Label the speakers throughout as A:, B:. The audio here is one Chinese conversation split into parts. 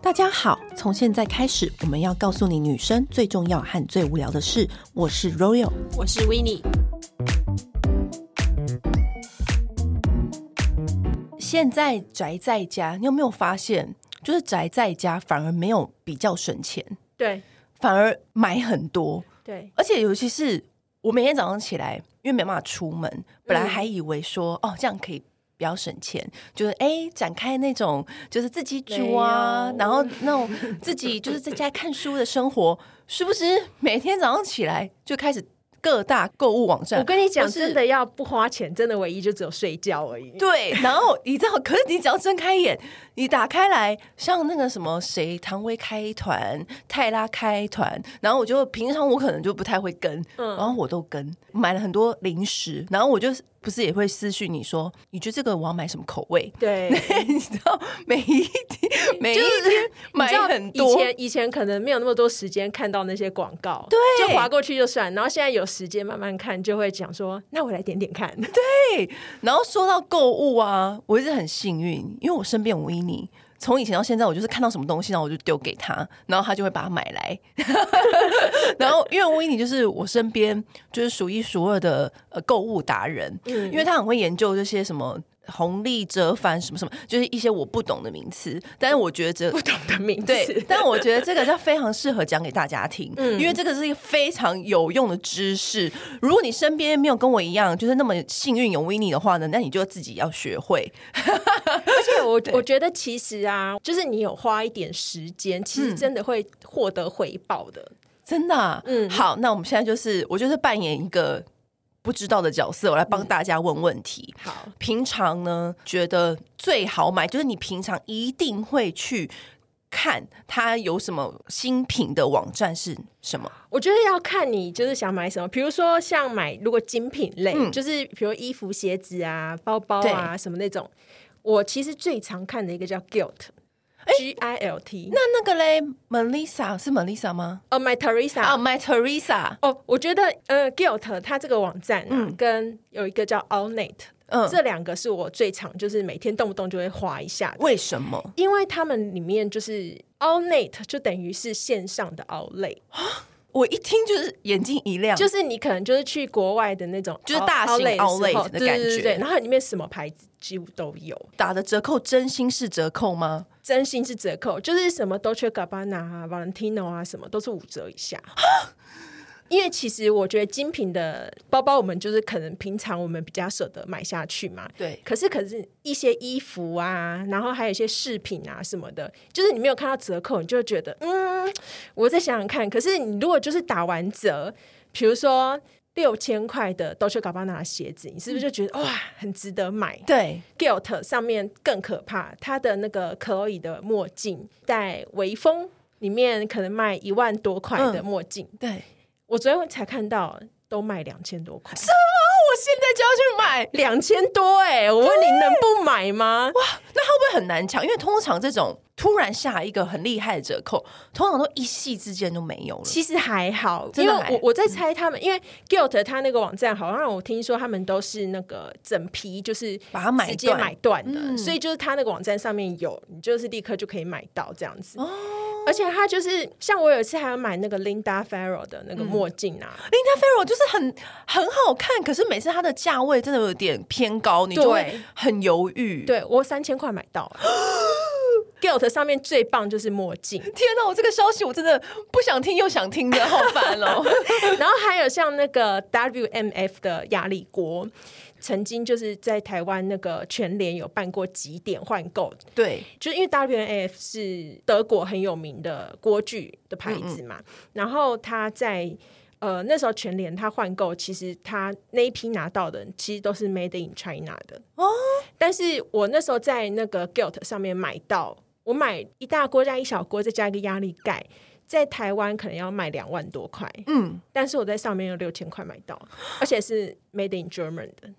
A: 大家好，从现在开始，我们要告诉你女生最重要和最无聊的事。我是 Royal，
B: 我是 w i n n i e
A: 现在宅在家，你有没有发现，就是宅在家反而没有比较省钱，
B: 对
A: 反而买很多，
B: 对，
A: 而且尤其是我每天早上起来，因为没办法出门，本来
B: 嗯
A: 还以为说、哦这样可以比较省钱，就是哎、展开那种就是自己煮啊
B: 没，有
A: 然后那种自己就是在家看书的生活，是不是每天早上起来就开始各大购物网站？
B: 我跟你讲，
A: 或是
B: 真的要不花钱，真的唯一就只有睡觉而已。
A: 对，然后你知道，可是你只要睁开眼，你打开来，像那个什么谁，唐薇开团，泰拉开团，然后我就平常我可能就不太会跟，
B: 嗯
A: 然后我都跟，买了很多零食，然后我就不是也会私讯你说，你觉得这个我要买什么口味？
B: 对，
A: 你知道每一天每一天
B: 你
A: 买
B: 知道
A: 很
B: 以
A: 多，
B: 前以前可能没有那么多时间看到那些广告，对，就划过去就算。然后现在有时间慢慢看，就会讲说，那我来点点看。 对，
A: 然后说到购物啊，我一直很幸运，因为我身边有维尼，从以前到现在，我就是看到什么东西，然后我就丢给他，然后他就会把它买来。 然后因为维尼就是我身边就是数一数二的呃购物达人，因为他很会研究这些什么。红利折返什么什么，就是一些我不懂的名词，但是我觉得这
B: 不懂的 名
A: 对
B: 字，，
A: 但我觉得这个叫非常适合讲给大家听，
B: 嗯
A: 因为这个是一个非常有用的知识。如果你身边没有跟我一样就是那么幸运有 w i n n 的话呢，那你就自己要学会。
B: 而且 我我觉得其实啊，就是你有花一点时间，其实真的会获得回报的。
A: 真的、啊，嗯，
B: 嗯
A: 好，那我们现在就是我就是扮演一个不知道的角色，我来帮大家问问题。
B: 好，
A: 平常呢，觉得最好买就是你平常一定会去看它有什么新品的网站是什么？
B: 我觉得要看你就是想买什么，比如说像买如果精品类，就是比如衣服、鞋子啊、包包啊什么那种。我其实最常看的一个叫 Gilt，G I L T，
A: 那那个嘞，Melissa 是 Melissa 吗？
B: 呃，My Teresa
A: 啊、m y Teresa，
B: 哦，我觉得呃，Gilt 它这个网站、啊跟有一个叫 Allnet，、
A: 嗯
B: 这两个是我最常就是每天动不动就会划一下的，
A: 为什么？
B: 因为他们里面就是 Allnet 就等于是线上的 Outlet，、
A: 我一听就是眼睛一亮，
B: 就是你可能就是去国外的那种 out-
A: 就是大型
B: outlet 时候
A: outlet 的感觉
B: 对对对对然后里面什么牌子几乎都有，
A: 打的折扣真心是折扣吗？
B: 真心是折扣，就是什么 Dolce Gabbana 啊、Valentino 啊，什么都是五折以下。因为其实我觉得精品的包包，我们就是可能平常我们比较舍得买下去嘛。
A: 对，
B: 可是，可是一些衣服啊，然后还有一些饰品啊什么的，就是你没有看到折扣，你就会觉得嗯，我再想想看。可是你如果就是打完折，比如说六千块的 Dolce Gabbana 的鞋子，你是不是就觉得、哇，很值得买？
A: 对，
B: Gilt 上面更可怕，它的那个 Chloe 的墨镜在微风里面可能卖一万多块的墨镜，
A: 对。
B: 我昨天才看到都卖两千多块，
A: 我现在就要去买，
B: 两千多哎、我问你能不买吗？
A: 那会不会很难抢？因为通常这种突然下一个很厉害的折扣，通常都一夕之间就没有了。
B: 其实还好，
A: 真
B: 因为
A: 的还嗯
B: 我我在猜他们，因为 Gilt 他那个网站好像我听说他们都是那个整批，就是
A: 把它买
B: 直接
A: 断嗯
B: 买断的，所以就是他那个网站上面有，你就是立刻就可以买到这样子。
A: 哦
B: 而且他就是像我有一次还要买那个 Linda Farrow 的
A: 嗯
B: 那个墨镜啊，
A: 林达菲罗就是很很好看，可是每次它的价位真的有点偏高，你就会
B: 对
A: 很犹豫。，
B: 对我三千块买到 了。Gilt 上面最棒就是墨镜，
A: 天哪，我这个消息我真的不想听又想听的，好烦哦。
B: 然后还有像那个 WMF 的压力锅，曾经就是在台湾那个全联有办过几点换购，
A: 对，
B: 就是因为 WNF 是德国很有名的锅具的牌子嘛，然后他在呃那时候全联他换购，其实他那一批拿到的其实都是 Made in China 的哦，但是我那时候在那个 Gilt 上面买到，我买一大锅加一小锅，再加一个压力盖。在台湾可能要卖两万多块，
A: 嗯，
B: 但是我在上面有六千块买到，而且是 Made in German 的。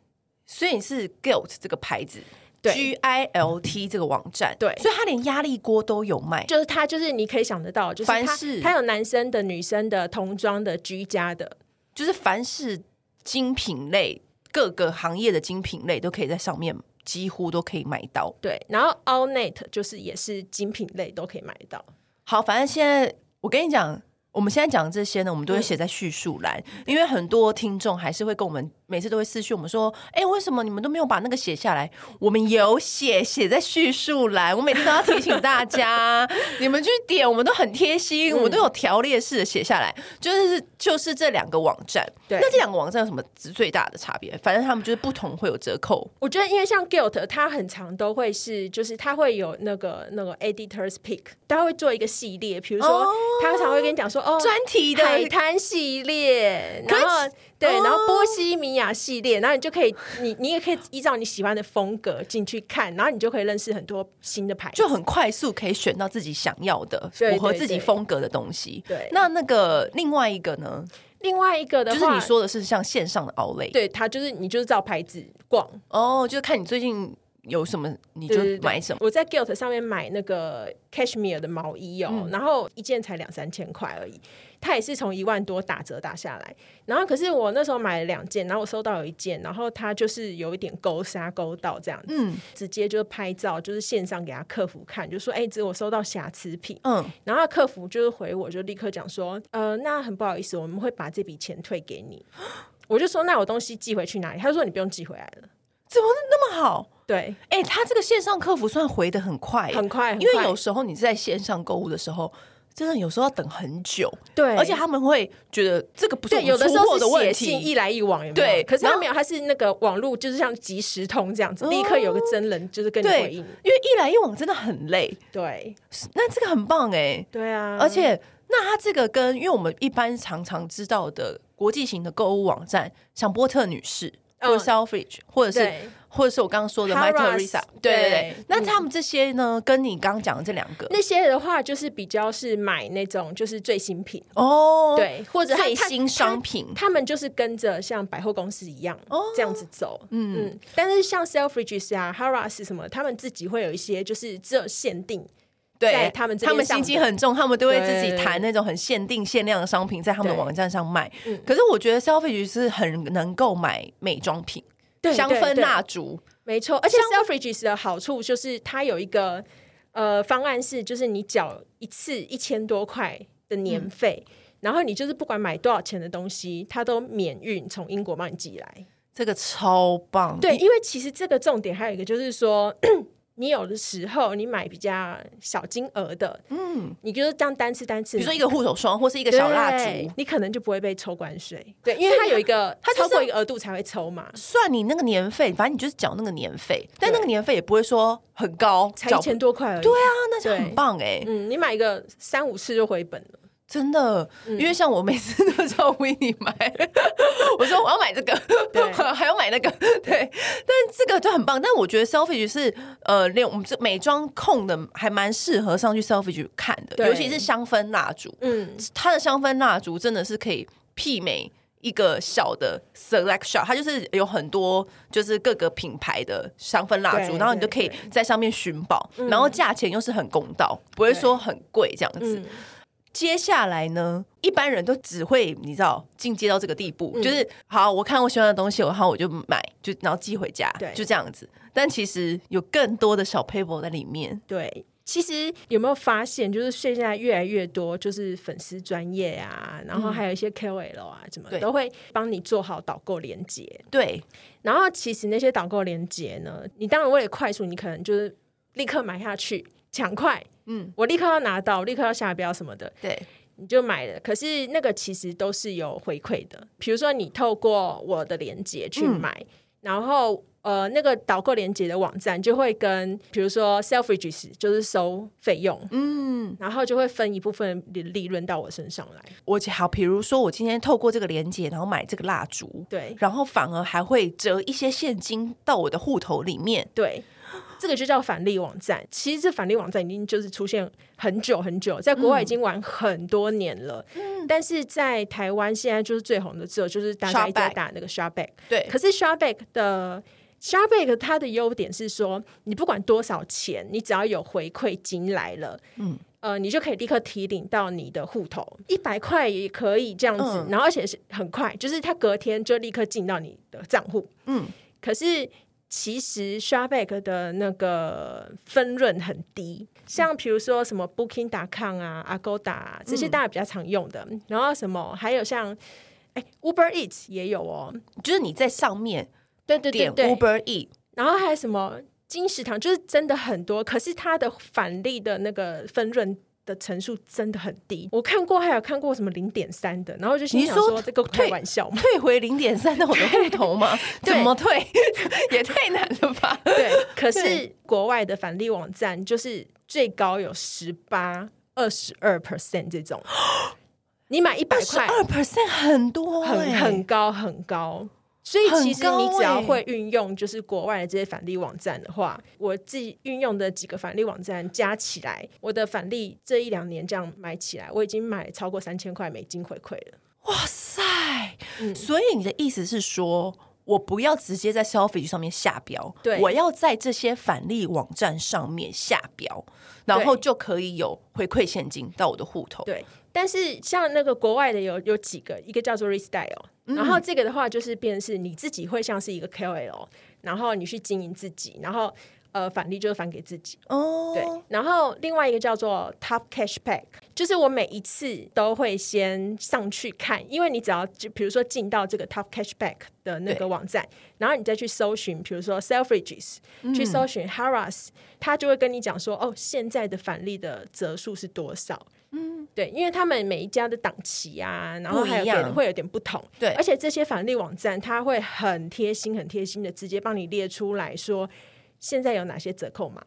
A: 所以是 Gilt 这个牌子。
B: 对
A: G I L T 这个网站，
B: 对
A: 所以它连压力锅都有卖，
B: 就是它，就是你可以想得到，就是它
A: 凡是
B: 它有男生的、女生的、童装的、居家的，
A: 就是凡是精品类各个行业的精品类都可以在上面几乎都可以买到。
B: 对，然后 All Net 就是也是精品类都可以买到。
A: 好，反正现在我跟你讲，我们现在讲的这些呢，我们都会
B: 嗯
A: 写在叙述栏，因为很多听众还是会跟我们每次都会私讯我们说，哎、为什么你们都没有把那个写下来？我们有写，写在叙述栏，我每次都要提醒大 家，你们去点，我们都很贴心，我
B: 嗯
A: 们都有条列式的写下来，就是就是这两个网站，
B: 对
A: 那这两个网站有什么最大的差别？反正他们就是不同会有折扣，
B: 我觉得，因为像 Guilt，它很常都会是，就是它会有那个那个 Editors Pick，它会做一个系列，比如说
A: 哦，
B: 它常会跟你讲说，哦，
A: 专题的
B: 海滩系列，
A: 可
B: 然后对，
A: 哦
B: 然后波西米亚系列，然后你就可以，你你也可以依照你喜欢的风格进去看，然后你就可以认识很多新的牌子，
A: 就很快速可以选到自己想要的、
B: 对
A: 符合
B: 对
A: 自己
B: 对
A: 风格的东西。
B: 对
A: 那那个另外一个呢，
B: 另外一个的
A: 就
B: 话，
A: 是你说的是像线上的 o u l e
B: 对它就是你就是照牌子逛，
A: 哦，就是看你最近有什么你就
B: 对对对
A: 买什么。
B: 我在 Guilt 上面买那个 Cashmere 的毛衣哦，然后一件才两三千块而已，它也是从一万多打折打下来。然后可是我那时候买了两件，然后我收到有一件，然后它就是有一点勾纱勾到这样子，
A: 嗯
B: 直接就拍照，就是线上给他客服看，就说哎，这我收到瑕疵品。
A: 嗯，
B: 然后客服就是回我，就立刻讲说，呃，那很不好意思，我们会把这笔钱退给你。 我就说，那我东西寄回去哪里？他就说你不用寄回来了。
A: 怎么那么好？
B: 对，
A: 哎、他这个线上客服算回的很快耶，
B: 很快，很
A: 因为
B: 快
A: 有时候你在线上购物的时候。真的有时候要等很久，
B: 对，
A: 而且他们会觉得这个不是我
B: 对，
A: 们
B: 有的时
A: 出货
B: 候
A: 的
B: 是
A: 问
B: 写信
A: 题，
B: 一来一往，有没有？
A: 对
B: 可是
A: 然
B: 他
A: 后
B: 没有，他是那个网络，就是像即时通这样子，立刻有个真人就是跟你
A: 对
B: 回，应。
A: 因为一来一往真的很累。
B: 对，
A: 那这个很棒哎、
B: 对啊，
A: 而且，那它这个跟因为我们一般常常知道的国际型的购物网站，像波特女士，
B: 嗯
A: 或者 Selfridge，或者是
B: 对
A: 或者是我刚刚说的 My
B: Harrods，
A: Teresa，对
B: 对
A: 对对
B: 嗯。
A: 那他们这些呢，跟你刚刚讲的这两个
B: 那些的话，就是比较是买那种就是最新品，
A: 哦，，
B: 对，或者他
A: 最新商。品
B: 他他他们就是跟着像百货公司一样、这样子走，哦嗯嗯。但是像 Selfridges 啊、Harrods 什么，他们自己会有一些就是只有限定，
A: 对
B: 在他们这边
A: 他们心机很重，他们都会自己
B: 对
A: 谈那种很限定限量的商品，在他们的
B: 对嗯
A: 网站上卖。可是我觉得 Selfridge 是很能购买美妆品，
B: 对
A: 香
B: 对
A: 氛
B: 对
A: 蜡烛，
B: 没错，而且 Selfridges 的好处就是它有一个呃方案是，就是你缴一次一千多块的年费。
A: 嗯
B: 然后你就是不管买多少钱的东西，它都免运从英国帮你寄来。
A: 这个超棒。
B: 对，因为其实这个重点还有一个就是说， 你有的时候你买比较小金额的，嗯，你就是这样单次单次
A: 比如
B: 买，
A: 说一个护手霜或是一个小蜡烛
B: 对，，你可能就不会被抽关税。对，因为它有一个，
A: 它
B: 它
A: 就是
B: 超过一个额度才会抽嘛，
A: 算你那个年费，反正你就是缴那个年费，但那个年费也不会说很高，
B: 才
A: 缴
B: 一
A: 不
B: 千多块而已。
A: 对啊，那就
B: 对
A: 很棒哎、
B: 嗯，你买一个三五次就回本了。
A: 真的，
B: 嗯
A: 因为像我每次都叫维尼买， 我说我要买这个，
B: 对
A: 还要买那个，对，但这个就很棒。但我觉得 selfie 是呃，连我们这美妆控的还蛮适合上去 selfie 看的，
B: 对
A: 尤其是香氛蜡烛，
B: 嗯，
A: 它的香氛蜡烛真的是可以媲美一个小的 select shop，它就是有很多就是各个品牌的香氛蜡烛，
B: 对
A: 然后你就可以
B: 对嗯
A: 在上面寻宝，然后价钱又是很公道，不会说很贵这样子。
B: 嗯
A: 接下来呢，一般人都只会你知道进阶到这个地步，
B: 嗯
A: 就是好，我看我喜欢的东西，然后我就买，就然后寄回家
B: 对，
A: 就这样子。但其实有更多的小 paper 在里面，
B: 对。其实有没有发现，就是现在越来越多，就是粉丝专业啊，然后还有一些 KOL 啊，什么、
A: 对
B: 都会帮你做好导购连接。
A: 对，
B: 然后其实那些导购连接呢，你当然为了快速，你可能就是立刻买下去，抢快，嗯，我立刻要拿到，我立刻要下标什么的，
A: 对，
B: 你就买了。可是那个其实都是有回馈的，比如说你透过我的连接去买，然后呃，那个导购连接的网站就会跟比如说 Selfridges 就是收费用，嗯，然后就会分一部分利利润到我身上来。
A: 我好，比如说我今天透过这个连接，然后买这个蜡烛，
B: 对
A: 然后反而还会折一些现金到我的户头里面。
B: 对。这个就叫返利网站。其实这返利网站已经就是出现很久很久，在国外已经玩很多年了。但是在台湾现在就是最红的只有就是大家一直在
A: Shopback
B: 打那个 Shopback，
A: 对
B: 可是 Shopback 的 Shopback 它的优点是说，你不管多少钱，你只要有回馈金来了，嗯。呃，你就可以立刻提领到你的户头，一百块也可以这样子，
A: 嗯
B: 然后而且是很快，就是它隔天就立刻进到你的账户。嗯，可是其实 s h a b a c k 的那个分润很低，像比如说什么 Booking.com 啊、Agoda 啊这
A: 嗯
B: 些大家比较常用的，然后什么还有像哎 Uber Eats 也有哦，
A: 就是你在上面
B: 对对对
A: 点
B: 对，
A: Uber E，
B: 然后还有什么金石堂，就是真的很多，可是它的返利的那个分润。的层数真的很低，我看过，还有看过什么零点三的，然后就心想
A: 你说
B: 说这个开
A: 退
B: 玩笑嘛，
A: 退回零点三到我的户头吗？
B: 对
A: 怎么 退？也太难了吧！
B: 对，可是
A: 对
B: 国外的返利网站就是最高有十八、二十二 percent 这种，你买一百块
A: 二 percent 很多、欸，
B: 很很高很高。所以其实
A: 很高
B: 你只要
A: 欸
B: 会运用就是国外的这些返利网站的话，我自己运用的几个返利网站加起来，我的返利这一两年这样买起来，我已经买超过三千块美金回馈了。
A: 哇塞！
B: 嗯
A: 所以你的意思是说，我不要直接在 Selfish 上面下标，
B: 对
A: 我要在这些返利网站上面下标，然后就可以有回馈现金到我的户头。
B: 对，但是像那个国外的有有几个，一个叫做 Restyle，、然哦后这个的话就是变成是你自己会像是一个 KOL，然后你去经营自己，然后呃返利就是返给自己，
A: 哦，
B: 对。然后另外一个叫做 Top Cashback，就是我每一次都会先上去看，因为你只要就比如说进到这个 Top Cashback 的那
A: 对
B: 个网站，然后你再去搜寻，比如说 Selfridges，、去
A: 嗯
B: 搜寻 Harrods，他就会跟你讲说，哦，现在的返利的折数是多少。对，因为他们每一家的档期啊，然后
A: 嗯
B: 还有
A: 不一样
B: 点会有点不同，
A: 对
B: 而且这些返利网站它会很贴心、很贴心的直接帮你列出来说，现在有哪些折扣码，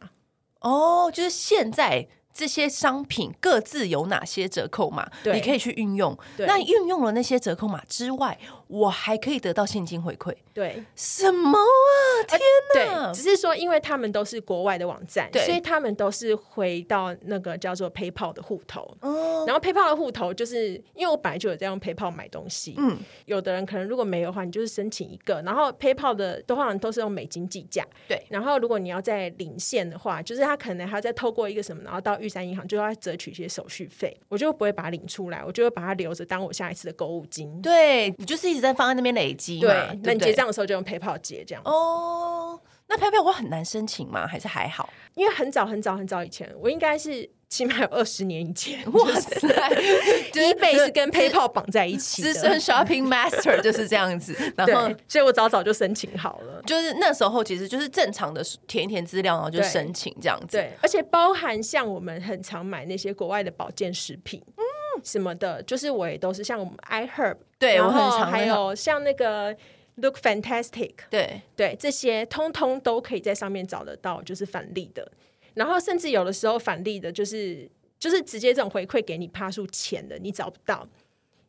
A: 哦，就是现在。这些商品各自有哪些折扣码？
B: 对
A: 你可以去运用。
B: 对
A: 那运用了那些折扣码之外，我还可以得到现金回馈。
B: 对
A: 什么啊！天哪
B: 呃对，！只是说因为他们都是国外的网站，
A: 嗯对
B: 所以他们都是回到那个叫做 PayPal 的户头，
A: 哦，
B: 然后 PayPal 的户头就是因为我本来就有在用 PayPal 买东西，
A: 嗯
B: 嗯，有的人可能如果没有的话，你就是申请一个，然后 PayPal 的通常都是用美金计价，
A: 对
B: 然后如果你要在领现的话，就是他可能还要再透过一个什么，然后到玉山银行就要折取一些手续费，我就不会把它领出来，我就会把它留着当我下一次的购物金。
A: 对你就是一直在放在那边累积嘛。对不对，
B: 那你结账的时候就用 PayPal 结这样。
A: 哦，那拍票我很难申请吗？还是还好？
B: 因为很早很早很早以前，我应该是起码有二十年以前，
A: 哇 塞， 就是
B: 贝是跟
A: 资
B: PayPal 绑在一起 的，
A: 资深嗯 shopping master 就是这样子，然后
B: 对。，所以我早早就申请好了。
A: 就是那时候，其实就是正常的填一填资料，然后就
B: 对
A: 申请这样子。
B: 对，而且包含像我们很常买那些国外的保健食品，嗯，什么的，就是我也都是像我们 iHerb，
A: 对
B: 然
A: 我很
B: 后
A: 常
B: 还
A: 那
B: 有像那个 Look Fantastic，
A: 对
B: 对，这些通通都可以在上面找得到，就是返利的。然后甚至有的时候返利的，就是就是直接这种回馈给你趴数钱的，你找不到，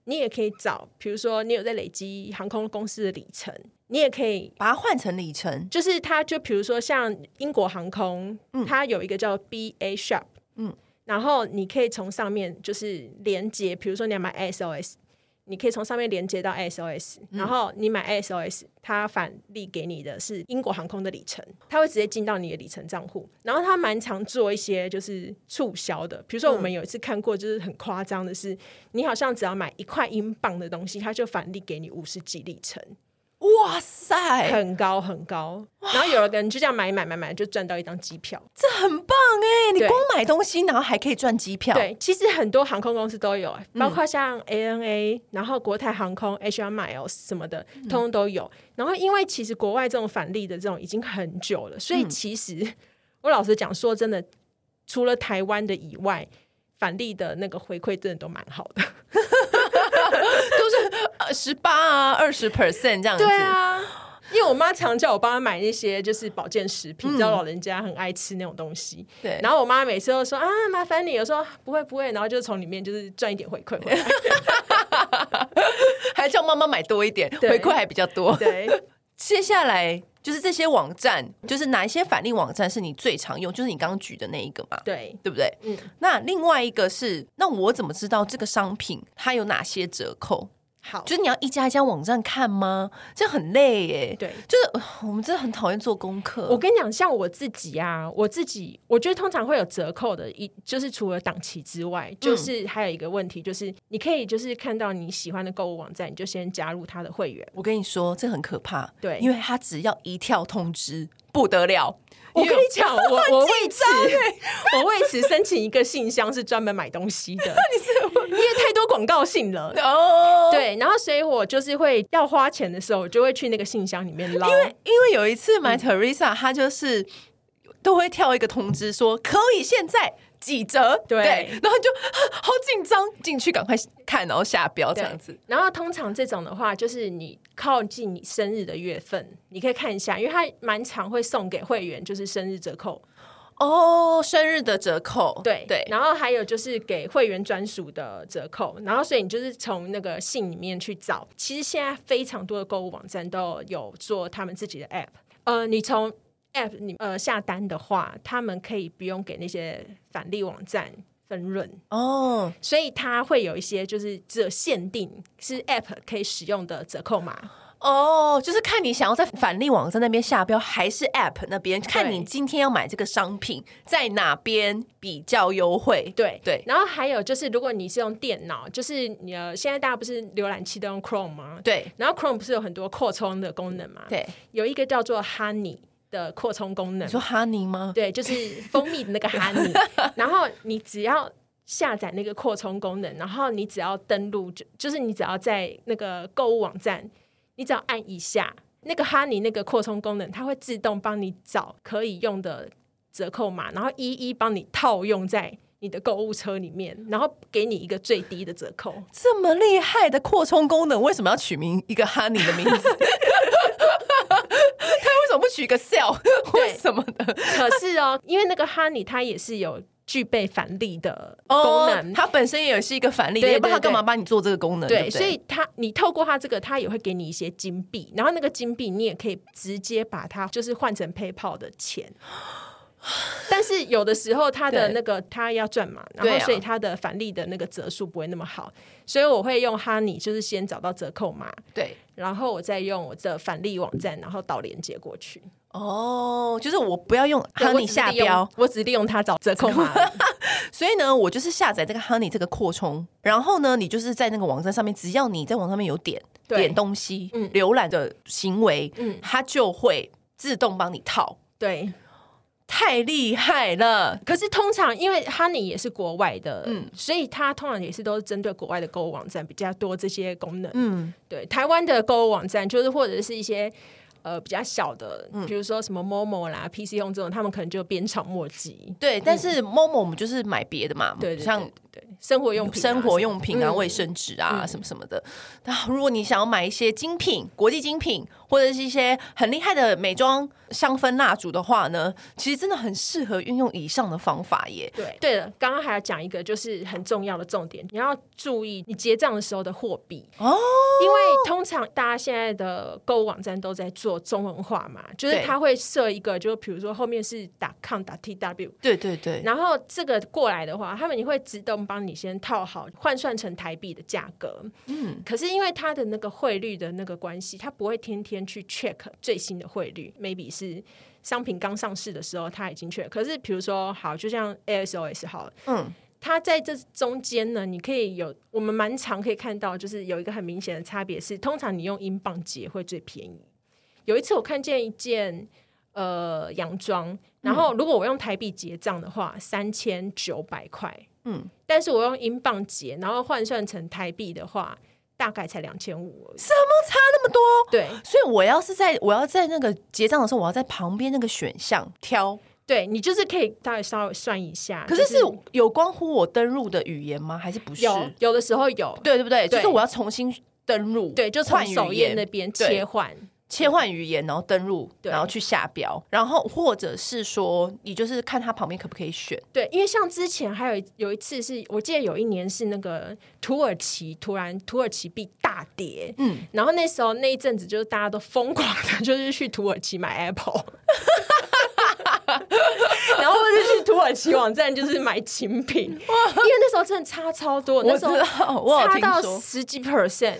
B: 你也可以找，比如说你有在累积航空公司的里程，你也可以
A: 把它换成里程。
B: 就是它就比如说像英国航空，它有一个叫 BA Shop，
A: 嗯
B: 嗯，然后你可以从上面就是连接，比如说你要买 SOS，你可以从上面连接到 SOS，、然后你买 SOS，它返利给你的是英国航空的里程，它会直接进到你的里程账户。然后它蛮常做一些就是促销的，比如说我们有一次看过，就是很夸张的是，你好像只要买一块英镑的东西，它就返利给你五十几里程。
A: 哇塞，
B: 很高很高。然后有人就这样买买买买，就赚到一张机票。
A: 这很棒哎！你
B: 对
A: 光买东西，然后还可以赚机票。
B: 对，其实很多航空公司都有，欸包括像 ANA，、然后国泰航空、HR Miles 什么的，通通都有。然后因为其实国外这种返利的这种已经很久了，所以其实、我老实讲，说真的，除了台湾的以外。返利的那个回馈真的都蛮好的，
A: 呃，十八啊，二十 percent 这样子。，
B: 啊， 因为我妈常叫我帮她买那些就是保健食品，知道老人家很爱吃那种东西，
A: 对
B: 然后我妈每次都说啊，麻烦你，我说啊不会不会，然后就从里面就是赚一点回馈回来。
A: 还叫妈妈买多一点，
B: 对
A: 回馈还比较多。
B: 对，
A: 接下来就是这些网站，就是哪一些返利网站是你最常用？就是你刚刚举的那一个嘛，
B: 对，
A: 对不对？
B: 嗯。
A: 那另外一个是，那我怎么知道这个商品它有哪些折扣？
B: 好，
A: 就是你要一家一家网站看吗？这样很累耶。
B: 对。
A: 就是呃我们真的很讨厌做功课。
B: 我跟你讲，像我自己啊，我自己我觉得通常会有折扣的，一就是除了档期之外，就是还有一个问题，就是你可以就是看到你喜欢的购物网站，你就先加入他的会员。
A: 我跟你说，这很可怕。
B: 对
A: 因为他只要一跳通知，不得了。
B: 我
A: 因
B: 跟
A: 为
B: 你讲，我我为此我为此申请一个信箱是专门买东西 的，因为太多广告信了。
A: 哦，
B: 欸对，然后所以我就是会要花钱的时候，我就会去那个信箱里面捞。
A: 因为有一次
B: 嗯
A: 买 Teresa，她就是都会跳一个通知说可以现在。几折？
B: 对
A: 然后就好紧张，进去赶快看，然后下标这样子。
B: 然后通常这种的话，就是你靠近你生日的月份，你可以看一下，因为它蛮常会送给会员，就是生日折扣。
A: 哦，生日的折扣，
B: 对
A: 对，
B: 然后还有就是给会员专属的折扣，然后所以你就是从那个信里面去找。其实现在非常多的购物网站都有做他们自己的 app，呃，你从 app 你呃下单的话，他们可以不用给那些返利网站分润，
A: 哦，
B: 所以它会有一些就是只有限定是 app 可以使用的折扣码。
A: 哦，就是看你想要在返利网站那边下标，还是 App 那边，看你今天要买这个商品在哪边比较优惠。
B: 对
A: 对
B: 然后还有就是，如果你是用电脑，就是你呃，现在大家不是浏览器都用 Chrome 吗？
A: 对
B: 然后 Chrome 不是有很多扩充的功能嘛？，
A: 对，
B: 有一个叫做 Honey 的扩充功能
A: 你，说哈尼吗？
B: 对，就是蜂蜜的那个 Honey。然后你只要下载那个扩充功能，然后你只要登录，就就是你只要在那个购物网站，你只要按一下那个 Honey 那个扩充功能，它会自动帮你找可以用的折扣码，然后一一帮你套用在。你的购物车里面，然后给你一个最低的折扣，
A: 这么厉害的扩充功能，为什么要取名一个哈尼的名字？他为什么不取一个 sell 或
B: 对
A: 什么的
B: 可是哦，因为那个 Honey 它也是有具备返利的功能，
A: 哦它本身也是一个返利，
B: 对
A: 要不然它
B: 对对
A: 干嘛帮你做这个功能？对不
B: 对，
A: 对，
B: 所以它你透过它这个，它也会给你一些金币，然后那个金币你也可以直接把它就是换成 PayPal 的 钱。但是有的时候它的
A: 对
B: 那个它要赚嘛，然
A: 对
B: 后
A: 啊
B: 所以它的返利的那个折数不会那么好，所以我会用 Honey，就是先找到折扣码，
A: 对。
B: 然后我再用我的返利网站，然后导连接过去。
A: 哦，就是我不要用
B: 对
A: Honey 下标，，
B: 我只是利用我只利用它找折扣码。
A: 所以呢，我就是下载这个 Honey 这个扩充，然后呢，你就是在那个网站上面，只要你在网上面有点
B: 对
A: 点东西、
B: 嗯
A: 浏览的行为，
B: 嗯
A: 它就会自动帮你套，
B: 对，
A: 太厉害了！
B: 可是通常因为 Honey 也是国外的，
A: 嗯
B: 所以它通常也是都是针对国外的购物网站比较多这些功能。
A: 嗯，
B: 对，台湾的购物网站就是或者是一些呃比较小的，
A: 嗯
B: 比如说什么 Momo 啦、PC Home 这种，他们可能就鞭长莫及。
A: 对，但是 Momo 我们就是买别的嘛，
B: 嗯对对对
A: 像
B: 对，生活用品啊、
A: 生活用品啊、
B: 嗯
A: 卫生纸啊、什么什么的。那如果你想要买一些精品、国际精品，或者是一些很厉害的美妆香氛蜡烛的话呢，其实真的很适合运用以上的方法耶。
B: 对对了，刚刚还要讲一个就是很重要的重点，你要注意你结账的时候的货币
A: 哦，
B: 因为通常大家现在的购物网站都在做中文化嘛，就是
A: 对
B: 它会设一个，就比如说后面是 .com、.tw，
A: 对对对，
B: 然后这个过来的话，他们也会自动帮你先套好，换算成台币的价格。嗯，可是因为它的那个汇率的那个关系，它不会天天去 check 最新的汇率，maybe 是商品刚上市的时候它已经 check。可是比如说，好，就像 ASOS 好了，
A: 嗯，
B: 它在这中间呢，你可以有我们蛮常可以看到，就是有一个很明显的差别是，通常你用英镑结会最便宜。有一次我看见一件呃洋装，
A: 嗯
B: 然后如果我用台币结账的话，三千九百块，
A: 嗯
B: 嗯，但是我用英镑结，然后换算成台币的话，大概才两千五，
A: 什么差那么多？
B: 对
A: 所以我要是在我要在那个结账的时候，我要在旁边那个选项挑。
B: 对，你就是可以大概稍微算一下，
A: 可是
B: 就是
A: 有关乎我登录的语言吗？还是不是？
B: 有有的时候有，
A: 对对不对？
B: 对
A: 就是我要重新登录，
B: 对，就从
A: 换语
B: 首页
A: 言
B: 那边
A: 对
B: 切换，
A: 切换语言，然后登录，
B: 对
A: 然后去下标，然后或者是说，你就是看它旁边可不可以选。
B: 对，因为像之前还有一有一次是我记得有一年是那个土耳其突然土耳其币大跌，
A: 嗯
B: 嗯，然后那时候那一阵子就是大家都疯狂的， 就是去土耳其买 Apple。然后就去土耳其网站，就是买精品，因为那时候真的差超多，那
A: 我
B: 时
A: 知
B: 候
A: 道，我有
B: 差
A: 听
B: 到
A: 说，
B: 十几 percent，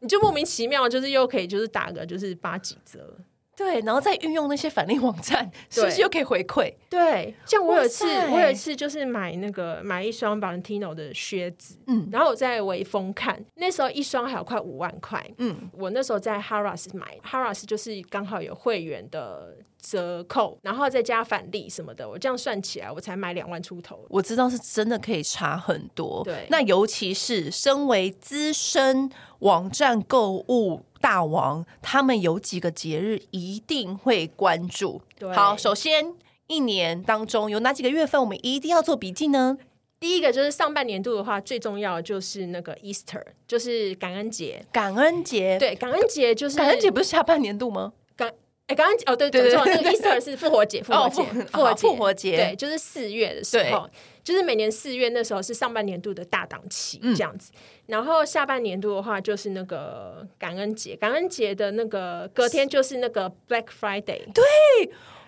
B: 你就莫名其妙就是又可以就是打个就是八几折。
A: 对，然后再运用那些返利网站，是不是
B: 对
A: 又可以回馈？
B: 对，像我有一次
A: 哇塞，
B: 我有一次就是买那个买一双 Valentino 的靴子，
A: 嗯
B: 然后我在微风看，那时候一双还有快五万块，
A: 嗯，
B: 我那时候在 Harrods 买，Harrods 就是刚好有会员的折扣，然后再加返利什么的，我这样算起来，我才买两万出头。
A: 我知道是真的可以差很多。
B: 对
A: 那尤其是身为资深网站购物大王，他们有几个节日一定会关注。
B: 对
A: 好，首先一年当中有哪几个月份我们一定要做笔记呢？
B: 第一个就是上半年度的话，最重要的就是那个 Easter，就是感恩节。
A: 感恩节，，
B: 对，感恩节就是
A: 感恩节不是下半年度吗？
B: 感哎，感恩节哦，对，
A: 对
B: 对
A: 对
B: 错，那个 Easter 是复活节，复活节，
A: 复活
B: 活
A: 啊
B: 节，
A: 复活节
B: 对，就是四月的时候，就是每年四月那时候是上半年度的大档期
A: 嗯
B: 这样子，然后下半年度的话就是那个感恩节，感恩节的那个隔天就是那个 Black Friday，对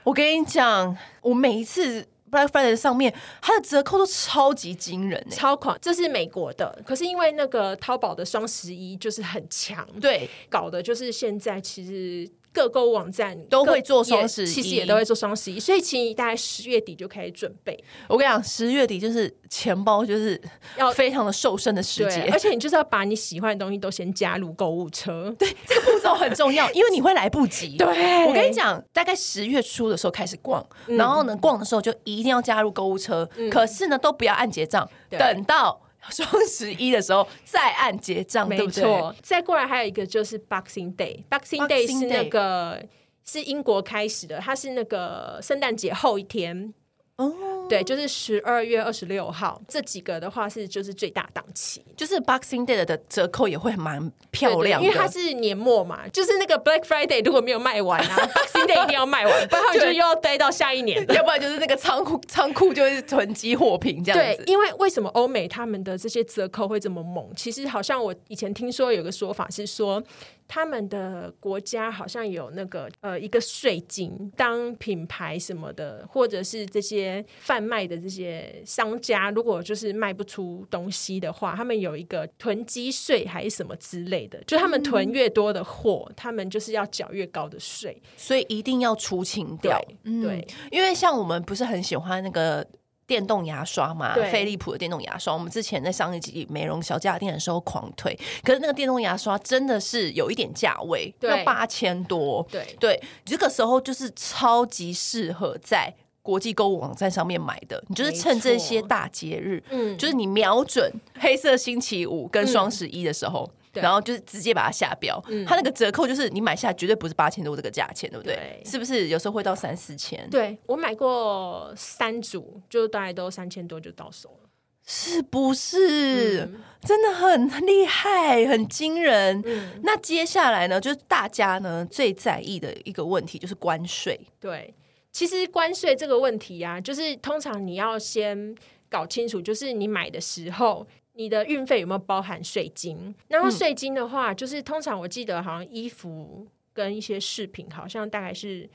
A: 我跟你讲，我每一次 Black Friday 上面，它的折扣都超级惊人欸呢、
B: 超狂，这是美国的，可是因为那个淘宝的双十一就是很强，
A: 对，
B: 搞的就是现在其实。各购物网站
A: 都会
B: 各
A: 做双
B: 也
A: 十
B: 其实
A: 一
B: 也都会做双十一，所以其实你大概十月底就开始准备，
A: 我跟你讲，十月底就是钱包就是
B: 要
A: 非常的瘦身的时
B: 对，
A: 节
B: 而，且你就是要把你喜欢的东西都先加入购 物车。对
A: 这个步骤很重 要，因为你会来不及。
B: 对
A: 我跟你讲，大概十月初的时候开始逛，
B: 嗯
A: 然后呢，逛的时候就一定要加入购物车，可是呢，都不要按结账，
B: 对
A: 等到双十一的时候再按结账，对
B: 没
A: 不对？
B: 错。再过来还有一个就是 Boxing Day，Boxing Day
A: Boxing
B: 是
A: Day
B: 那个是英国开始的，它是那个圣诞节后一天。
A: 哦，
B: 对，就是十二月二十六号，这几个的话是就是最大档期，
A: 就是 Boxing Day 的折扣也会蛮漂亮的，
B: 对对因为它是年末嘛，就是那个 Black Friday 如果没有卖完啊，Boxing Day 一定要卖 完，不然它就
A: 对
B: 又要待到下一年 了。
A: 要不然就是那个仓库仓库就会囤积货品这样
B: 对
A: 子，。
B: 因为为什么欧美他们的这些折扣会这么猛？其实好像我以前听说有个说法是说，他们的国家好像有那个呃一个税金，当品牌什么的，或者是这些贩卖的这些商家，如果就是卖不出东西的话，他们有一个囤积税还是什么之类的，就他们囤
A: 嗯
B: 越多的货，他们就是要缴越高的税。
A: 所以一定要出清
B: 对
A: 掉。
B: 对
A: 因为像我们不是很喜欢那个电动牙刷嘛，
B: 对
A: 飞利浦的电动牙刷，我们之前在上一集美容小家电的时候狂推，可是那个电动牙刷真的是有一点价位，
B: 对
A: 要八千多，
B: 对
A: 对，这个时候就是超级适合在国际购物网站上面买的，你就是趁这些大节日，
B: 嗯
A: 就是你瞄准黑色星期五跟双十一的时候。
B: 嗯对嗯
A: 然后就是直接把它下标，它那个折扣就是你买下来绝对不是八千多这个价钱，对不对？
B: 对
A: 是不是有时候会到三四千？
B: 对我买过三组，就大概都三千多就到手了。
A: 是不是、
B: 嗯
A: 真的很厉害，很惊人？
B: 嗯
A: 那接下来呢，就是大家呢最在意的一个问题就是关税。
B: 对，其实关税这个问题啊，就是通常你要先搞清楚，就是你买的时候。你的运费有没有包含税金？然
A: 嗯
B: 后税金的话，就是通常我记得好像衣服跟一些饰品，好像大概是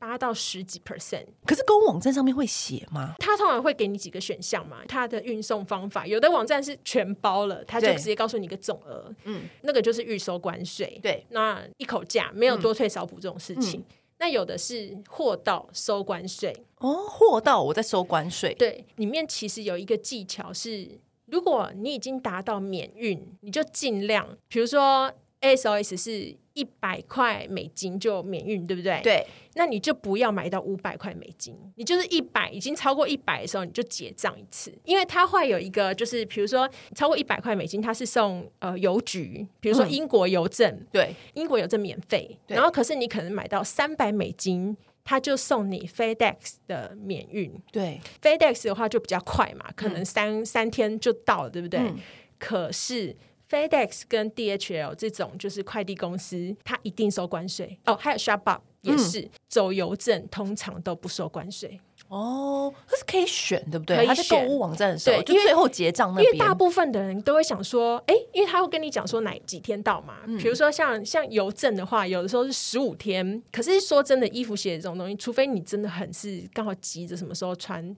B: 八到十几 percent。
A: 可是购物网站上面会写吗？
B: 它通常会给你几个选项嘛，它的运送方法，有的网站是全包了，它就
A: 对
B: 直接告诉你一个总额，
A: 嗯
B: 嗯，那个就是预收关税，
A: 对，嗯
B: 那一口价没有多退少补这种事情。那有的是货到收关税，
A: 哦，货到我在收关税。
B: 对，里面其实有一个技巧是，如果你已经达到免运，你就尽量，比如说 SOS 是一百块美金就免运，对不对？，
A: 对，
B: 那你就不要买到五百块美金，你就是一百，已经超过一百的时候你就结账一次，因为它会有一个就是，比如说超过一百块美金，它是送呃邮局，比如说
A: 嗯
B: 英国邮政，
A: 对，
B: 英国邮政免费，
A: 对
B: 然后可是你可能买到三百美金。它就送你 FedEx 的免运，
A: 对，
B: FedEx 的话就比较快嘛，可能三、三天就到了，对不对？
A: 嗯
B: 可是 FedEx 跟 DHL 这种就是快递公司，它一定收关税哦。还有 ShopUp
A: 嗯
B: 也是、走邮政，通常都不收关税，
A: 哦，它是可以选，对不对
B: 可？以
A: 它在购
B: 选
A: 物网站的时候，
B: 对
A: 就
B: 因为
A: 最后结账那
B: 因为
A: 边。
B: 大部分的人都会想说，哎，因为他会跟你讲说哪几天到嘛。
A: 嗯
B: 比如说像像邮政的话，有的时候是十五天，可是说真的，衣服鞋这种东西，除非你真的很是刚好急着什么时候穿。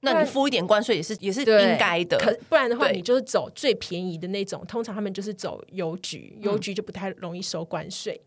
A: 那你付一点关税也是也是
C: 对
A: 应该的。
B: 可不然的话，
A: 对
B: 你就是走最便宜的那种。通常他们就是走邮局，
A: 嗯
B: 邮局就不太容易收关税。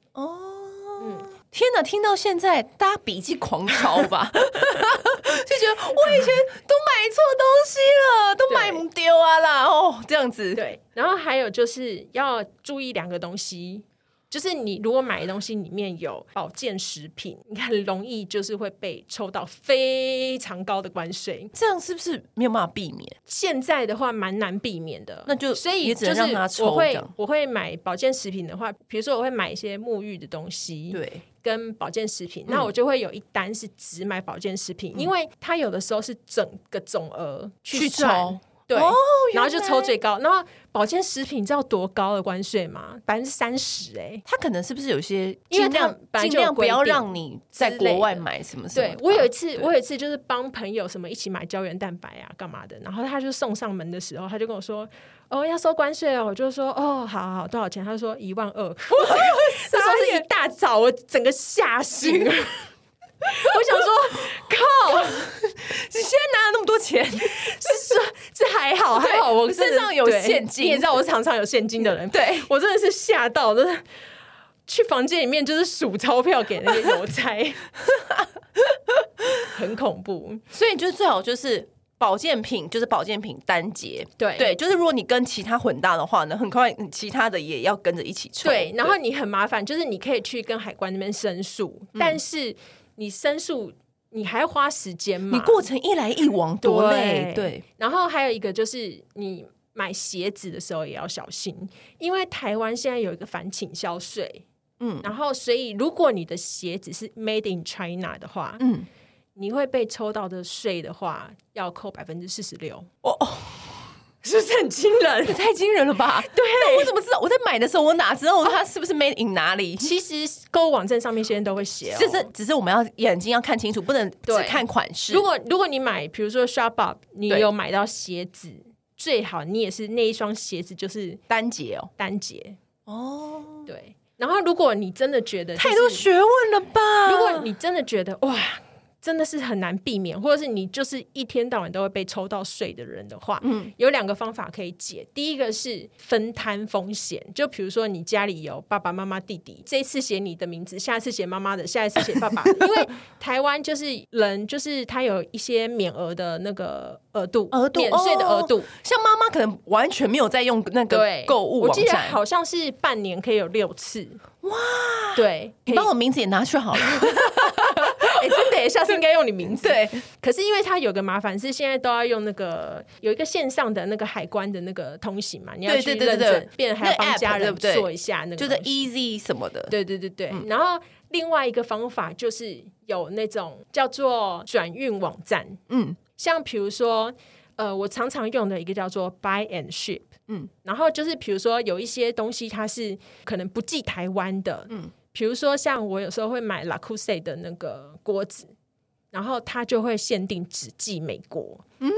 A: 天哪，听到现在大家笔记狂抄 吧，就觉得我以前都买错东西了，都买不丢啊啦，哦，这样子，
B: 对，然后还有就是要注意两个东西，就是你如果买的东西里面有保健食品，你很容易就是会被抽到非常高的关税。
A: 这样是不是没有办法避免？
B: 现在的话蛮难避免的，
A: 那就
B: 所以
A: 也只
B: 就
A: 能
B: 是
A: 让它抽
B: 我
A: 这
B: 会
A: 样
B: 我会买保健食品的话，比如说我会买一些沐浴的东西，
A: 对，嗯
B: 跟保健食品，那我就会有一单是只买保健食品，因为它有的时候是整个总额去
A: 去
B: 算
A: 抽，
B: 对，
A: 哦
B: 然后就
A: 原来
B: 抽最高。然后保健食品你知道多高的关税吗？百分之三十哎。
A: 他可能是不是有些
B: 因为
A: 尽量
B: 他本来
A: 尽
B: 就有
A: 量不要
B: 规定
A: 让你在
B: 之类
A: 国外
B: 的
A: 买什么什么
B: 对
A: 的吧？
B: 我有一次，
A: 对
B: 我有一次就是帮朋友什么一起买胶原蛋白啊，干嘛的，然后他就送上门的时候，他就跟我说：“哦，要收关税哦。”我就说：“哦，好好好，多少钱？”他就说：“一万二。” 我整个 那时候是一大早，我整个吓 醒了。我想说，靠，
A: 你现在哪有那么多 钱？
B: 是这还好，还好我真的
A: 身上有
B: 对
A: 现金
B: 你也知道我是常常有现金的人，
A: 对，
B: 我真的是吓到，真的去房间里面就是数钞票给那个邮差， 很恐怖。
A: 所以就是最好就是保健品，就是保健品单节。
B: 对
A: 对，就是如果你跟其他混搭的话呢，很快你其他的也要跟着一起抽。
B: 对，然后你很麻烦，就是你可以去跟海关那边申诉，但是你申诉你还要花时间嘛？
A: 你过程一来一往多累，
B: 对
A: 对，
B: 然后还有一个就是你买鞋子的时候也要小心，因为台湾现在有一个反倾销税。
A: 嗯
B: 嗯，然后所以如果你的鞋子是 made in China 的话，
A: 嗯，
B: 你会被抽到的税的话要扣百分之四十六，
A: 哦哦，
B: 是不是很惊人？
A: 太惊人了吧？ 对，那我怎么知道？我在买的时候，我哪知道它是不是 made in 哪里？
B: 其实购物网站上面现在都会写、哦，
A: 这是只是我们要眼睛要看清楚，不能只
B: 对
A: 看款式。
B: 如果如果你买，比如说 Shop Up，你
A: 对
B: 有买到鞋子，最好你也是那一双鞋子就是
A: 单节哦，
B: 单节，
A: 哦，
B: 对。然后如果你真的觉得、
A: 太多
B: 就是
A: 学问了吧？
B: 如果你真的觉得哇，真的是很难避免，或者是你就是一天到晚都会被抽到税的人的话，嗯，有两个方法可以解。第一个是分摊风险，就比如说你家里有爸爸妈妈、弟弟，这一次写你的名字，下一次写妈妈的，下一次写爸 爸的，因为台湾就是人就是他有一些免额的那个额度，
A: 额度
B: 免税的额度。
A: 哦像妈妈可能完全没有在用那个
B: 对，
A: 购物
B: 我
A: 网
B: 记得
A: 站，
B: 好像是半年可以有六次，哇！对，
A: 你
B: 可以
A: 把我名字也拿去好了。
B: 哎、真的耶，下次应该用你名字。
A: 对，
B: 可是因为它有个麻烦是，现在都要用那个有一个线上的那个海关的那个通行嘛，你要
A: 对对
B: 去
A: 对
B: 认
A: 对
B: 证
A: 对，
B: 变还要
A: 那
B: 帮
A: app，
B: 家
A: 对
B: 人
A: 不对
B: 做一下那个
A: 就
B: 东
A: 是
B: 西，
A: easy 什么的。
B: 对对对对。然后另外一个方法就是有那种叫做转运网站，
A: 嗯，
B: 像比如说。呃，我常常用的一个叫做 Buy and Ship，
A: 嗯
B: 嗯，然后就是比如说有一些东西它是可能不寄台湾的，嗯，比如说像我有时候会买 La c u s e 的那个锅子，然后它就会限定只寄美国，嗯，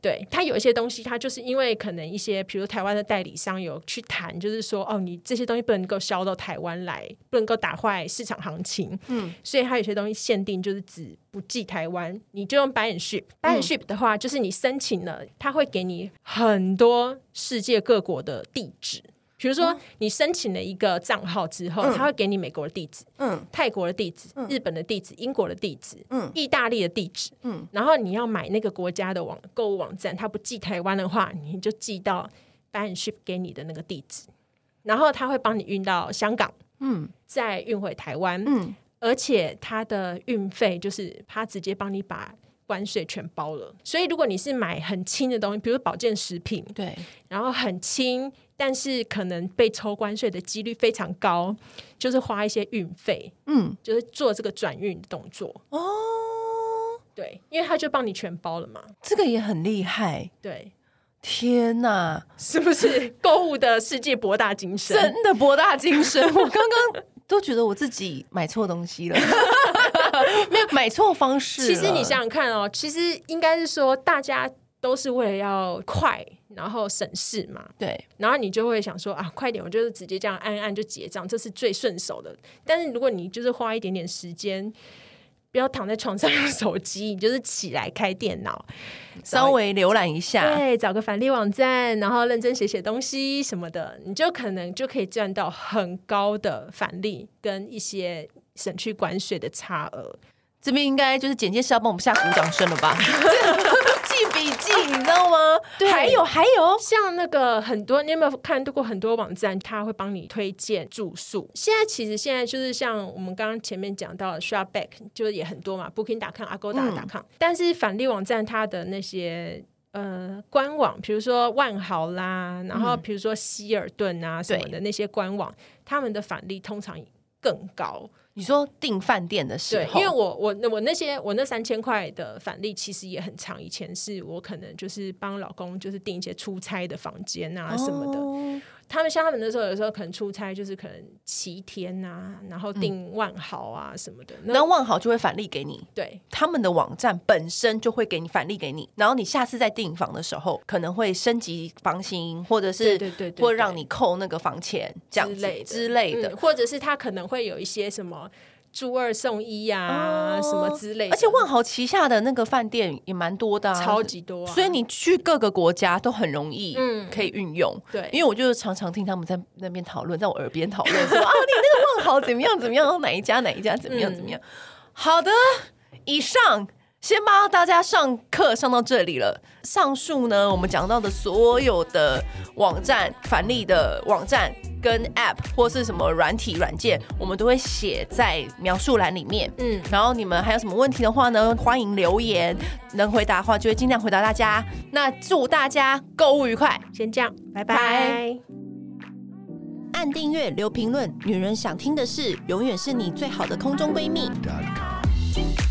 B: 对，它有一些东西它就是因为可能一些比如台湾的代理商有去谈，就是说哦，你这些东西不能够销到台湾来，不能够打坏市场行情，所以它有些东西限定就是只不寄台湾，你就用 buy and ship。buy and ship 的话，就是你申请了，它会给你很多世界各国的地址。比如
A: 哦
B: 说，你申请了一个账号之后，它会给你美国的地址、
A: 嗯，
B: 泰国的地址、日本的地址、英国的地址、
A: 嗯
B: 意大利的地址，
A: 嗯
B: 然后你要买那个国家的网购物网站，它不寄台湾的话，你就寄到 buy and ship 给你的那个地址，然后它会帮你运到香港，
A: 嗯
B: 再运回台湾，
A: 嗯，
B: 而且它的运费就是它直接帮你把关税全包了。所以如果你是买很轻的东西，比如保健食品，
A: 对，
B: 然后很轻，但是可能被抽关税的几率非常高，就是花一些运费，
A: 嗯
B: 就是做这个转运的动作。
A: 哦，
B: 对，因为它就帮你全包了嘛。
A: 这个也很厉害。
B: 对，
A: 天呐，
B: 是不是购物的世界博大精深？
A: 真的博大精 深！我刚刚都觉得我自己买错东西 了，没有买错方式了。
B: 其实你想想看哦，其实应该是说大家都是为了要快，然后省事嘛。
A: 对，
B: 然后你就会想说啊，快点，我就是直接这样按一按就结账，这是最顺手的。但是如果你就是花一点点时间不要躺在床上用手机，你就是起来开电脑，
A: 稍微浏览一下，
B: 对，找个返利网站，然后认真写写东西什么的，你就可能就可以赚到很高的返利跟一些省去关税的差额。
A: 这边应该就是简介是要帮我们下鼓掌声了 吧？记笔记，你知道吗？
B: 对
A: 还有还有，
B: 像那个很多，你有没有看到过很多网站，它会帮你推荐住宿？现在其实现在就是像我们刚刚前面讲到的 s h o p b a c k 就是也很多嘛，Booking.com、Agoda.com，、但是返利网站它的那些。呃，官网，比如说万豪啦，然后比如说希尔顿啊什么的那些官网，他们的返利通常更高。
A: 你说订饭店的时
B: 对，
A: 候，
B: 因为我我那我那些我那三千块的返利其实也很长，以前是我可能就是帮老公就是订一些出差的房间啊什么的。
A: 哦
B: 他们像他们那时候有时候可能出差就是可能七天啊，
A: 嗯
B: 然后订万豪啊什么的。
A: 然
B: 那
A: 后万豪就会返利给你。
B: 对
A: 他们的网站本身就会给你返利给你，然后你下次再订房的时候，可能会升级房型，或者是
B: 对对对对
A: 会让你扣那个房钱这样
B: 之
A: 子
B: 类的
A: 之类的
B: 嗯，或者是他可能会有一些什么租二送一啊、
A: 哦
B: 什么之类的，
A: 而且万豪旗下的那个饭店也蛮多的、啊，
B: 超级多、啊，
A: 所以你去各个国家都很容易，
B: 嗯
A: 可以运用。
B: 对
A: 因为我就常常听他们在那边讨论，在我耳边讨论说啊，你那个万豪怎么样怎么样，哪一家哪一家怎么样
B: 嗯
A: 怎么样。好的，以上先帮大家上课上到这里了。上述呢，我们讲到的所有的网站、返利的网站跟 App 或是什么软体软件，我们都会写在描述栏里面。
B: 嗯，
A: 然后你们还有什么问题的话呢？欢迎留言，能回答的话就会尽量回答大家。那祝大家购物愉快，
B: 先这样，拜
A: 拜按订阅，留评论。女人想听的事，永远是你最好的空中闺蜜。
C: dot com.